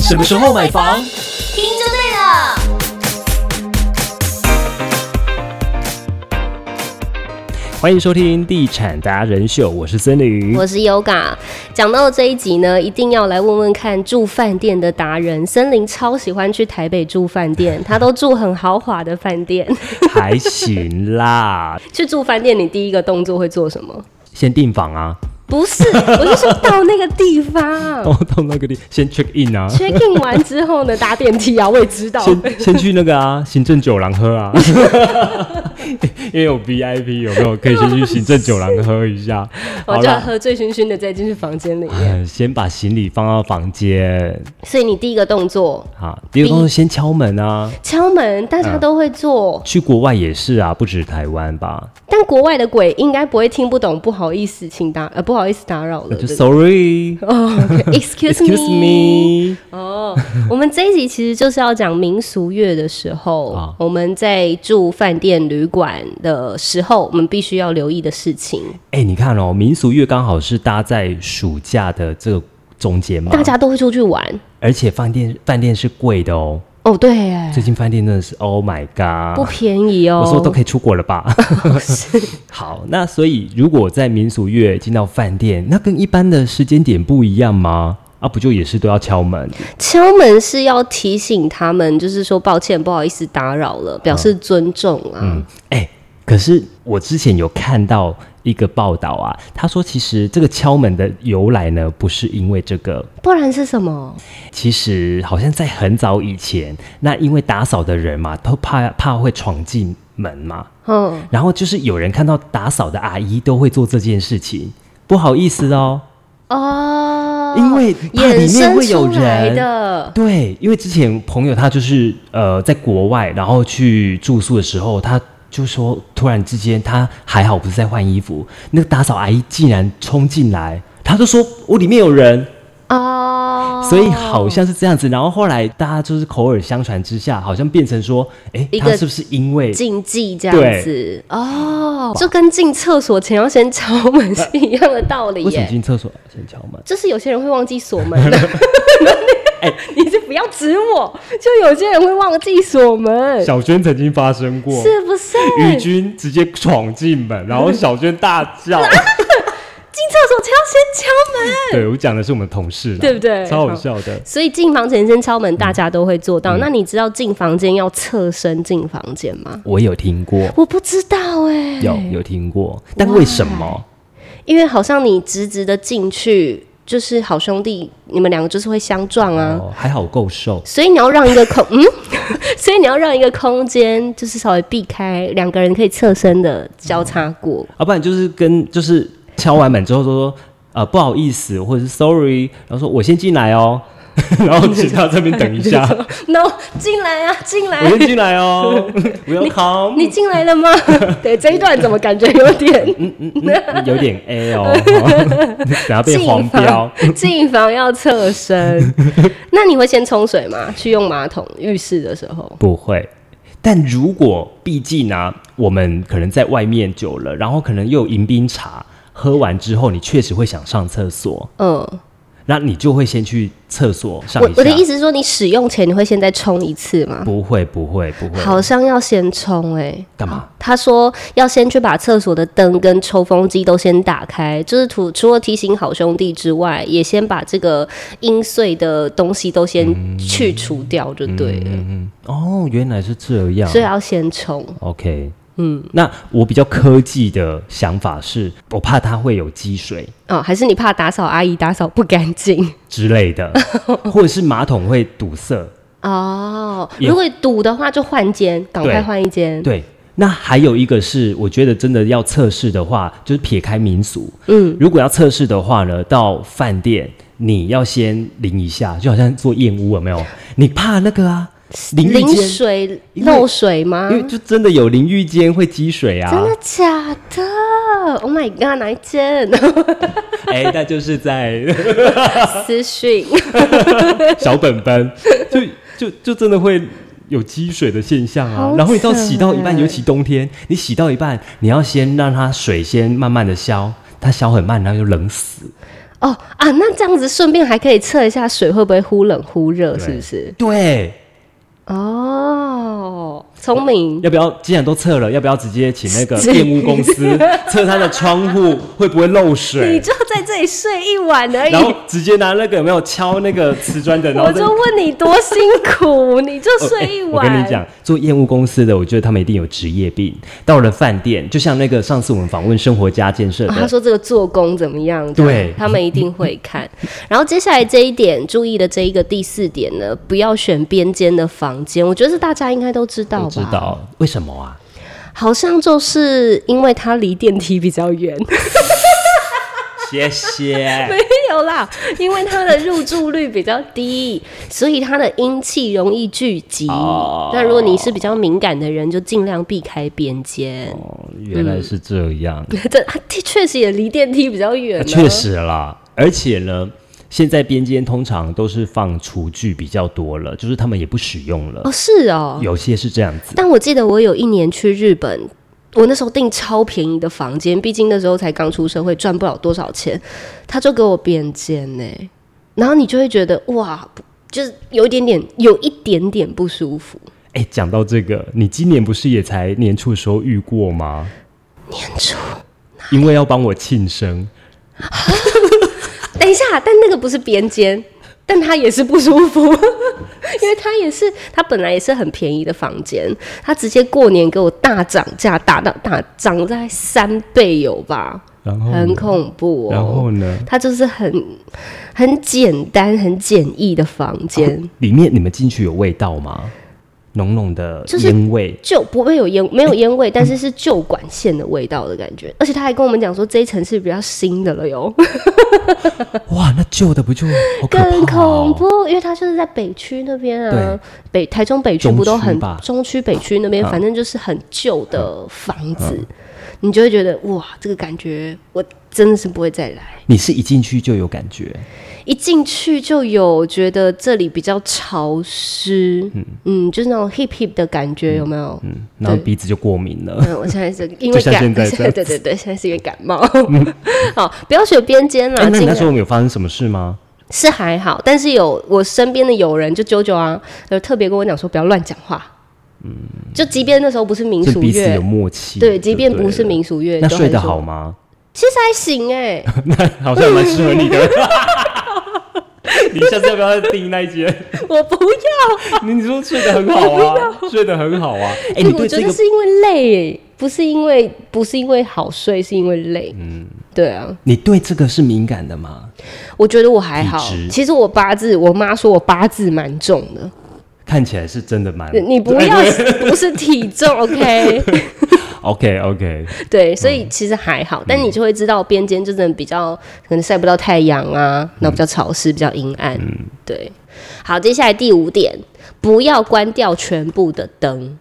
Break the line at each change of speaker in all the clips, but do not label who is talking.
什么时候买房？
听就对了。
欢迎收听《地产达人秀》，我是森林。
我是 Yoga。讲到这一集呢，一定要来问问看住饭店的达人。森林超喜欢去台北住饭 店，他都住很豪华的饭店。
还行啦，
去住饭店，你第一个动作会做什么？
先订房啊，
不是， 我是说到那个地方
到到那个地先 check in 啊，
check in 完之后呢，搭电梯啊，我也知道。
先先去那个啊行政酒廊喝啊， 因为有 VIP 有没有？可以先去行政酒廊喝一下。
我
好
就要
了，
喝醉醺醺的再进去房间里面，
嗯，先把行李放到房间
所以你第一个动作
啊。第二个动作先敲门啊，
敲门，大家都会做，
去国外也是啊，不止台湾吧？
但国外的鬼应该不会听不懂，不好意思，请打呃不好意思打扰了，
那就
对不对
Sorry。
哦，excuse
Excuse
me。
me，
哦，我们这一集其实就是要讲民俗月的时候，
啊
我们在住饭店旅馆的时候，我们必须要留意的事情。
哎、你看哦，民俗月刚好是搭在暑假的这个中间嘛，
大家都会出去玩。
而且饭店饭店是贵的哦，
哦，对耶，
最近饭店真的是 Oh my
不
God，
便宜哦。
我说都可以出国了 吧？ 好，那所以如果在民俗月进到饭店，那跟一般的时间点不一样吗？啊，不就也是都要敲门？
敲门是要提醒他们，就是说抱歉，不好意思打扰了，表示尊重啊。
嗯，哎、可是我之前有看到一个报道啊，他说其实这个敲门的由来呢，不是因为这个，
不然是什么？
其实好像在很早以前，那因为打扫的人嘛，都怕怕会闯进门嘛，
嗯，
然后就是有人看到打扫的阿姨都会做这件事情，不好意思哦，
哦，
因为怕
衍
里面
生
会有
出来
人。
的。
对，因为之前朋友他就是呃在国外，然后去住宿的时候，他就说突然之间他还好不是在换衣服，那个打扫阿姨竟然冲进来，他就说我里面有人，
哦，
所以好像是这样子。然后后来大家就是口耳相传之下，好像变成说，哎、
一个
他是不是因为
禁忌这样子哦，就跟进厕所前要先敲门是一样的道理
为什么
耶。
进厕所先敲门？
就是有些人会忘记锁门 的， 你就不要指我，就有些人会忘记锁门，
小娟曾经发生过
是不是？
雨君直接闯进 门，然后小娟大叫。
进厕所前要先敲 门，
对我讲的是我们同事啦，
对不对
超好笑的。
所以进房前先敲门，大家都会做
嗯
到。那你知道进房间要侧身进房间吗？
我有听过，
我不知道哎、
有有听过，但为什么？
因为好像你直直的进去，就是好兄弟，你们两个就是会相撞啊。
哦，还好够瘦，
所以你要让一个空，嗯， 所以你要让一个空间，就是稍微避开两个人可以侧身的交叉过。
要、啊不然就是跟就是敲完门之后说呃不好意思，或者是 sorry，然后说我先进来 哦，然后请他这边等一下，
no，进来啊，进来
我，先进来 哦 ，welcome，
你进来 了吗？对，这一段怎么感觉有
嗯
点
有点 A 哦， 等下被黄
进
标
房。 进房要侧 身，那你会先冲水吗？去用马桶浴室的时候，
不会。但如果毕竟啊，我们可能在外面久了，然后可能又有迎宾茶，喝完之后你确实会想上厕所，
嗯，
那你就会先去厕所上
我
一下。
我的意思是说，你使用前你会先再冲一次吗？
不会，不会，不会。
好像要先冲哎、
干嘛？
他说要先去把厕所的灯跟抽风机都先打开，就是除除了提醒好兄弟之外，也先把这个阴碎的东西都先去除掉就对了，
嗯，哦，原来是这样
所。以要先冲。
OK，嗯，那我比较科技的想法是，我怕它会有积水
哦，还是你怕打扫阿姨打扫不干净？
之类 的，或者是马桶会堵塞。
哦，
也
如果堵的话就换间，赶快
对
换一间。
对，那还有一个是，我觉得真的要测试的话，就是撇开民俗，
嗯，
如果要测试的话呢，到饭店你要先淋一下，就好像做燕屋有没有？你怕那个啊，淋浴
淋
间，
水
因为
漏水吗？
因为就真的有淋浴间会积水啊
真。的假的？Oh my god，哪一间？
哎、那就是在
私讯。
小本本，就就就真的会。有积水的现象啊
好，
然后你到洗到一
扯
半，
欸
尤其冬天，你洗到一半，你要先让它水先慢慢的消，它消很慢，然后就冷死。
哦啊，那这样子顺便还可以测一下水会不会忽冷忽热，是不是？
对，
哦，聪明。
要不要既然都测了，要不要直接请那个电屋公 司测它的窗户会不会漏
你
水？
就在这里睡一晚而已
然，后直接拿那个有没有敲那个瓷砖的，然后
我
再
就问你多辛苦，你就睡一
我
晚。
跟你讲，做业务公司的，我觉得他们一定有职业病。到了饭店，就像那个上次我们访问生活家建设
哦他
的，
说这个做工怎么样？
对
这样他们一定会看。然后接下来这一点注意的这一个第四点呢，不要选边间的房间，我觉得是大家应该都知道吧？
知道为什么 啊？
好像就是因为它离电梯比较远，
谢谢。
没 有啦，因为它的入住率比较低，所以它的阴气容易聚集。
哦
那如果你是比较敏感的人，就尽量避开边间。
哦，原来是这样，
这啊的确实也离电梯比较远、
啊
啊，
确实啦。而且呢，现在边间通常都是放厨具比较多了，就是他们也不使用了
哦，，是哦，
有些是这样子。
但我记得我有一年去日本，我那时候订超便宜的房间，毕竟那时候才刚出社会，赚不了多少钱，他就给我变间呢、然后你就会觉得哇，就是有一点点，有一点点不舒服。
哎，讲到这个，你今年不是也才年初的时候遇过吗？
天主，
因为要帮我庆生，
等一下，但那个不是边间。 但它也是不舒服，因 为它也是，它本来也是很便宜的房间，它直接过年给我大涨价，大到大涨在三倍有吧，
然后
很恐怖哦。
然后呢？
它就是很很简单、很简易的房间，
里面你们进去有味道吗？浓浓的
就是
烟味，
就不会有烟，没有烟 味，但是是旧管线的味道的感觉。而且他还跟我们讲说，这一层是比较新的了哟，
哇，那旧的不就好可怕、
更恐
哦、
怖，因为它就是在北区那边啊
对，
北台中北区
中
不都
区
很
吧嗯
中区北区那边，反正就是很旧的房子，你就会觉得哇，这个感觉我真的是不会再来。
你是一进去就有感觉，
一进去就有觉得这里比较潮湿，嗯就是那种 hip hip 的感觉，有没有？嗯
嗯，然后鼻子就过敏了。
我现在是因为
就像
感，
现在这样嗯
对对对， 现在是因为感冒。 好，不要选边间啦
哎、，那你
尽
那
量
时候有发生什么事吗？
是还好，但是有我身边的友人，就啾啾啊，有特别跟我讲说不要乱讲话。嗯，就即便那时候不是民
就
俗
彼此
乐
有，默契。
对，即便
就
不是
了
民俗乐，
那
都
睡
还
得
说
好吗？
其实还行哎、
好像蛮适合你的。 你下次要不要再订那一间？
我不要，
你你说睡得很 好啊，睡得很好啊。 哎、你
我
对
觉
这
得
个
是因为累、不是因为不是因为好睡，是因为累。嗯，对啊。
你对这个是敏感的吗？
我觉得我还好
体质，
其实我八字，我妈说我八字蛮重的。
看起来是真的蛮
你你不要不是体重，OK？
OK OK，
对，所
嗯
以其实还好，但你就会知道边间就真的比较可能晒不到太阳
嗯
啊，然后比较潮湿，比较阴暗。对，好，接下来第五点，不要关掉全部的灯，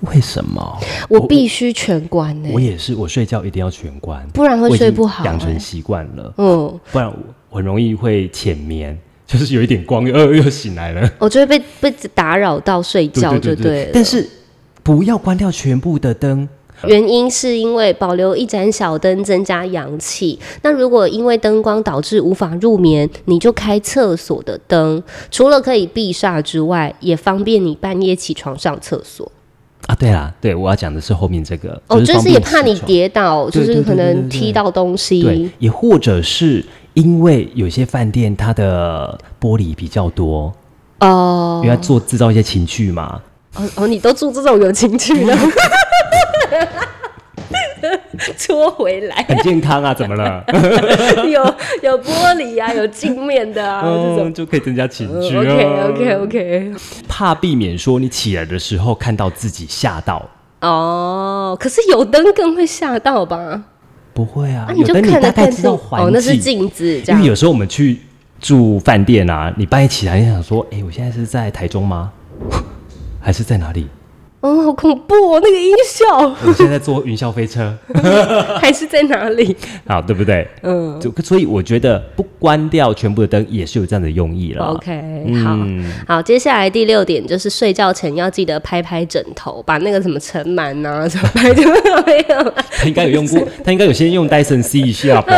为什么？
我必须全关呢、
我也是，我睡觉一定要全关，
不然会
我已
睡
经
不好
养成
欸
习惯了，
嗯，
不然我很容易会浅眠，就是有一点光又又醒来了。
我就会被被打扰到睡觉
对
就对了。
但是不要关掉全部的灯，
原因是因为保留一盏小灯增加阳气。那如果因为灯光导致无法入眠，你就开厕所的灯，除了可以避煞之外，也方便你半夜起床上厕所。
啊，对啦，对我要讲的是后面这个，
哦，
就
就是是
方
也
便
怕你
起床，
跌倒，就
对
是
对
可
对对对
能踢到东
对
西。，
也或者是因为有些饭店它的玻璃比较多，
哦
因为它做制造一些情趣嘛，
哦哦，你都住这种有情 趣的， 戳回来，
很健康啊，怎么了？
有有玻璃啊，有镜面的 啊，这种
嗯，。就可以增加情趣、啊。
OK OK OK。
怕避免说你起来的时候看到自己吓到。
哦，可是有灯更会吓到吧？
不会啊，
啊，你
有
就
的你
看
大
得
概
更
知道
清
环境，
哦，那是镜子这
因为有
样。
时候我们去住饭店啊，你半夜起来你想说，哎、我现在是在台中吗？ 还是在哪里？
哦，好恐怖哦，那个音效
我现在在坐云霄飞车，啊
还是在哪里？
好，对不对？
嗯，
就所以我觉得不关掉全部的灯也是有这样的用意了。
OK，、好
嗯
好，接下来第六点就是睡觉前要记得拍拍枕头，把那个什么尘螨呐什么拍就没有了。
他应该有用 过，他应该有先用 Dyson C 一下吧？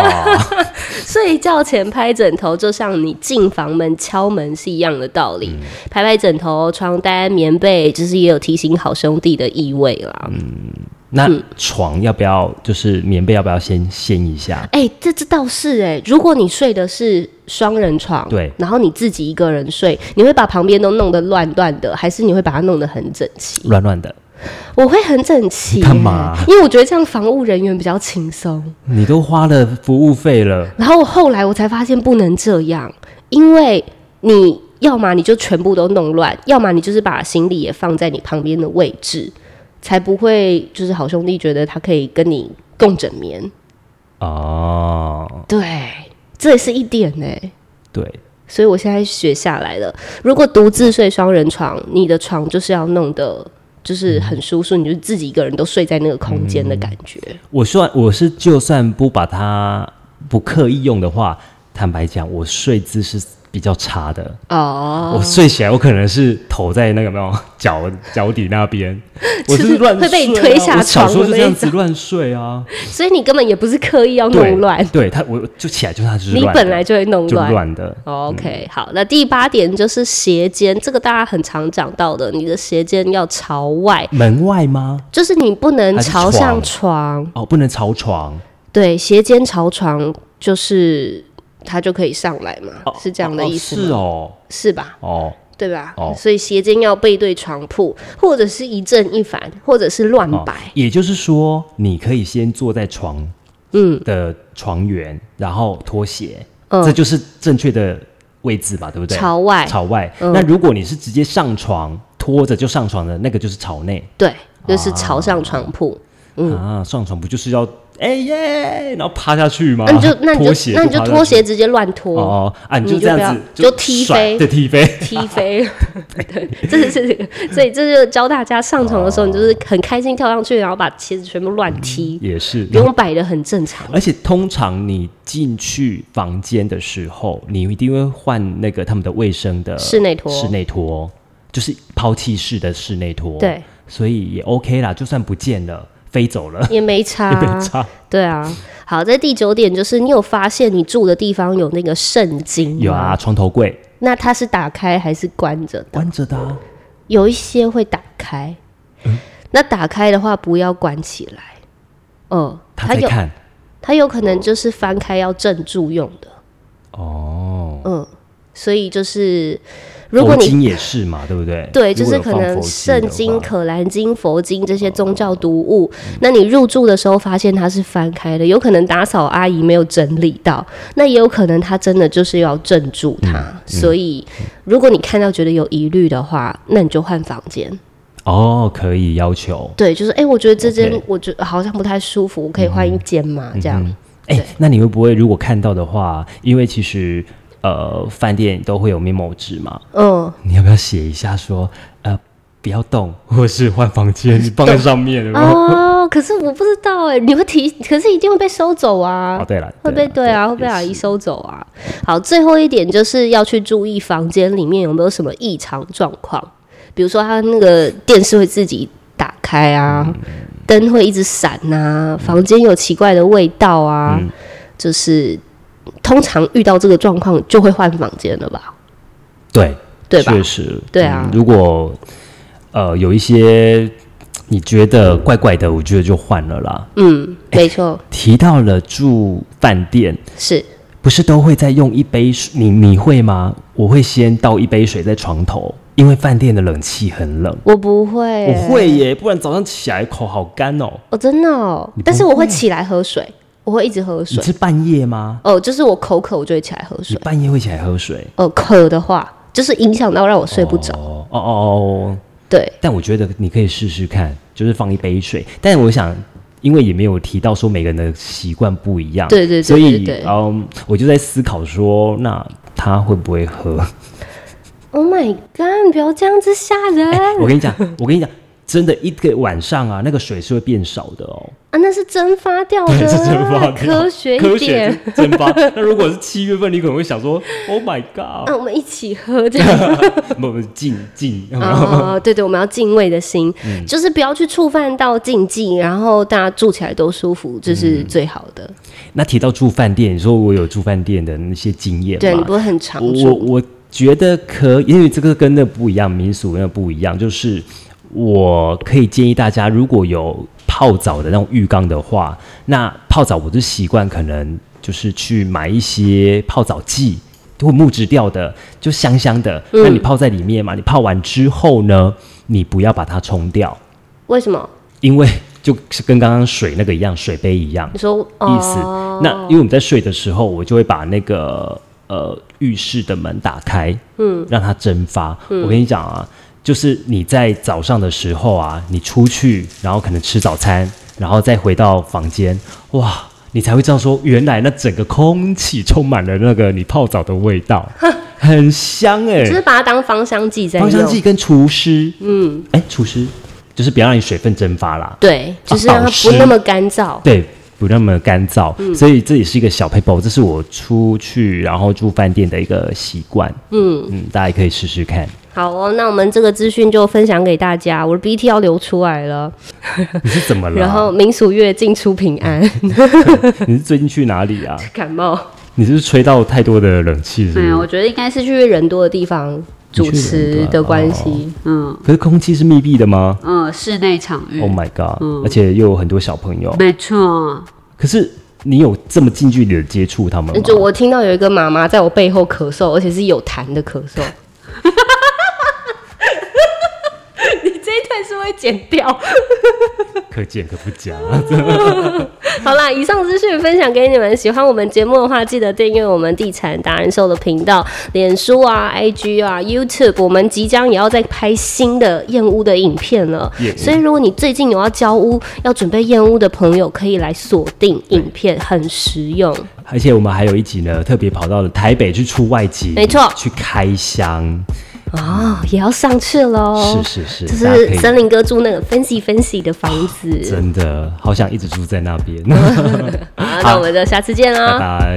睡觉前拍枕头，就像你进房门敲门是一样的道
嗯
理。拍拍枕头、床单、棉被，就是也有提醒好兄弟的意味啦。
那床要不要就是棉被要不要先掀一下？
哎、这这倒是哎、如果你睡的是双人床，
对
然后你自己一个人睡，你会把旁边都弄得乱乱的，还是你会把它弄得很整齐？
乱乱的，
我会很整齐、欸
你干嘛
因为我觉得这样防务人员比较轻松。
你都花了服务费了，
然后后来我才发现不能这样，因为你要么你就全部都弄乱，要么你就是把行李也放在你旁边的位置，才不会就是好兄弟觉得他可以跟你共枕眠。
哦，
对，这也是一点欸呢、
对，
所以我现在学下来了。如果独自睡双人床，你的床就是要弄得就是很舒适，你就自己一个人都睡在那个空间的感觉。
我算我是就算不把它不刻意用的话，坦白讲，我睡姿是比较差的。
哦，
我睡起来，我可能是头在那个没有 脚脚底那边，我
就是
是乱
会被你
睡啊
推下
我小时候
床
就
的
这样
那
子乱睡啊，
所以你根本也不是刻意要
对
弄乱，
对他我就起来就他就是
你
乱的
本来就会弄
就
乱。哦
乱的，
OK，好，那第八点就是斜肩，这个大家很常讲到的，你的斜肩要朝外，
门外吗？
就是你不能
还是
朝向
床
床，
哦，不能朝床，
对，斜肩朝床就是它就可以上来嘛，
哦
是这样的意思吗？
哦
是吧？
哦，
对吧？
哦
所以斜肩要背对床铺，或者是一正一反，或者是乱
是哦哦
摆。，
也就是说，你可以先坐在床
嗯
的床缘，然后脱鞋，这
嗯，
就是正确的位置吧，对不对？
朝外，
朝外。
嗯
那如果你是直接上床拖着就上床的，那个就是朝内
对，就是朝上床铺。嗯
啊。上床不就是要哎耶，然后趴下去吗？
啊那你就那
啊
你
拖
就
鞋，
那你就
趴下去
拖鞋直接乱脱。
哦啊，你就
你就
这
不要
样子
就踢
甩
飞
对踢飞。
踢飞， 对，这是所以这就教大家上床的
哦
时候，你就是很开心跳上去，然后把鞋子全部乱踢，
也是，
不用摆的很正常。
而且通常你进去房间的时候，你一定会换那个他们的卫生的
室内拖
呃室内拖就是抛弃式的室内拖。，
对，
所以也 OK 啦，就算不见了，飞走了。
也没 差
也没有差，
对啊。好，在第九点就是，你有发现你住的地方有那个圣经吗
有啊，？床头柜
那它是打开还是关着的？
关着的、啊，
有一些会打开，
嗯
那打开的话不要关起来。嗯，
他在哦
有
看
它有可能就是翻开要镇住用的。
哦。
嗯，所以就是如果
佛
你
经也是嘛，对不对？
对，就
如果
是
有
可
放
能
佛
圣
的
经、
话
可兰经、佛经这些宗教读物，
嗯
那你入住的时候发现它是翻开的，有可能打扫阿姨没有整理到，那也有可能她真的就是要镇住
嗯
它。所以，如果你看到觉得有疑虑的话，那你就换房间。
哦，可以要求。
对，就是哎、诶我觉得这间
OK
我觉得好像不太舒服，我可以换一间嘛，这样。
哎、
对
那你会不会如果看到的话，因为其实呃饭店都会有 memo 纸嘛，
嗯，
你要不要写一下说，呃，不要动，或是换房间放在上 面，然后
哦，可是我不知道哎、你会提，可是一定会被收走啊。
哦，对了，
会被对啊，
了
会被
也
阿姨
是
收走啊。好，最后一点就是要去注意房间里面有没有什么异常状况，比如说它那个电视会自己打开啊，灯会一直闪啊，房间有奇怪的味道啊，就是通常遇到这个状况就会换房间了吧？
对
对吧
确？实，
对啊
嗯如果呃有一些你觉得怪怪的，我觉得就换了啦。
嗯，没错，
提到了住饭店，
是
不是都会再用一杯水？你你会吗？我会先倒一杯水在床头，因为饭店的冷气很冷。
我不会欸、
我会耶，不然早上起来口好干哦。
哦，真的哦，但是我会起来喝水，我会一直喝
你
水。
是半夜吗？
哦，就是我口渴，我就会起来喝水
你。半夜会起来喝水？
呃渴的话，就是影响到让我睡不着。
哦哦哦哦！
对，
但我觉得你可以试试看，就是放一杯水。但我想，因为也没有提到说每个人的习惯不一样，
对对对
所以
对对对
嗯，我就在思考说，那他会不 会喝？
Oh my god！不要这样子吓人。
哎我跟你讲，我跟你讲，真的一个晚上啊，那个水是会变少的哦。
啊，那是蒸发掉的
对，
啊，
是蒸发掉，
科 学
科
一
学
点。
是蒸发。那如果是七月份，你可能会想说，Oh my
那
God，
啊我们一起喝这样
不不，静静，
啊、对对，我们要敬畏的心，
嗯
就是不要去触犯到禁忌，然后大家住起来都舒服，这是
嗯
最好的。
那提到住饭店，你说我有住饭店的那些经验吗？
对你不会很常
我
住
我觉得可，因为这个跟那不一样，民俗那不一样，就是我可以建议大家，如果有泡澡的那种浴缸的话，那泡澡我就习惯可能就是去买一些泡澡剂。或木质调的，就香香的，那你泡在里面嘛？你泡完之后呢，你不要把它冲掉，
为什么？
因为就是跟刚刚水那个一样，水杯一样
你。说
意思。
哦、
那因为我们在睡的时候，我就会把那个呃浴室的门打开，嗯，让它蒸发。我跟你讲啊，就是你在早上的时候啊，你出去，然后可能吃早餐，然后再回到房间，哇。你才会知道说，原来那整个空气充满了那个你泡澡的味 道，很香哎、
就是把它当芳香剂在用。
芳香剂跟除湿，嗯，哎、除湿就是不要让你水分蒸发啦，
对，就是让它
啊保湿
不那么干燥。
对，不那么干燥，
嗯
所以这也是一个小 paper，这是我出去然后住饭店的一个习惯。嗯嗯，大家也可以试试看。
好哦，那我们这个资讯就分享给大家。我的 BT 要流出来了，
你是怎么了啊、
然后民俗月进出平安，
你是最近去哪里啊？
感冒。
你是不是吹到太多的冷气是不
没
是？
有，我觉得应该是去人多的地方主持的关系。
嗯
可是空气是密闭的吗、
嗯，室内场域
o h my god！、而
嗯
且又有很多小朋友，
没错，
可是你有这么近距离的接触他们吗？
嗯就我听到有一个妈妈在我背后咳嗽，而且是有痰的咳嗽。你这一段是会剪掉。
可见可不假。
嗯好啦，以上资讯分享给你们。喜欢我们节目的话，记得订阅我们地产达人秀的频道、脸书啊、IG 啊、YouTube。我们即将也要再拍新的燕屋的影片了
燕，屋
所以如果你最近有要交屋、要准备燕屋的朋友，可以来锁定影片，很实用。
而且我们还有一集呢，特别跑到了台北去出外景，
没错
去开箱。
哦，也要上去喽。
是是是，
就
大家可
哦是
以
森林哥住那个分析分析的房子。
真的好想一直住在那边。
啊好，那我们就下次见
拜
啦，
拜。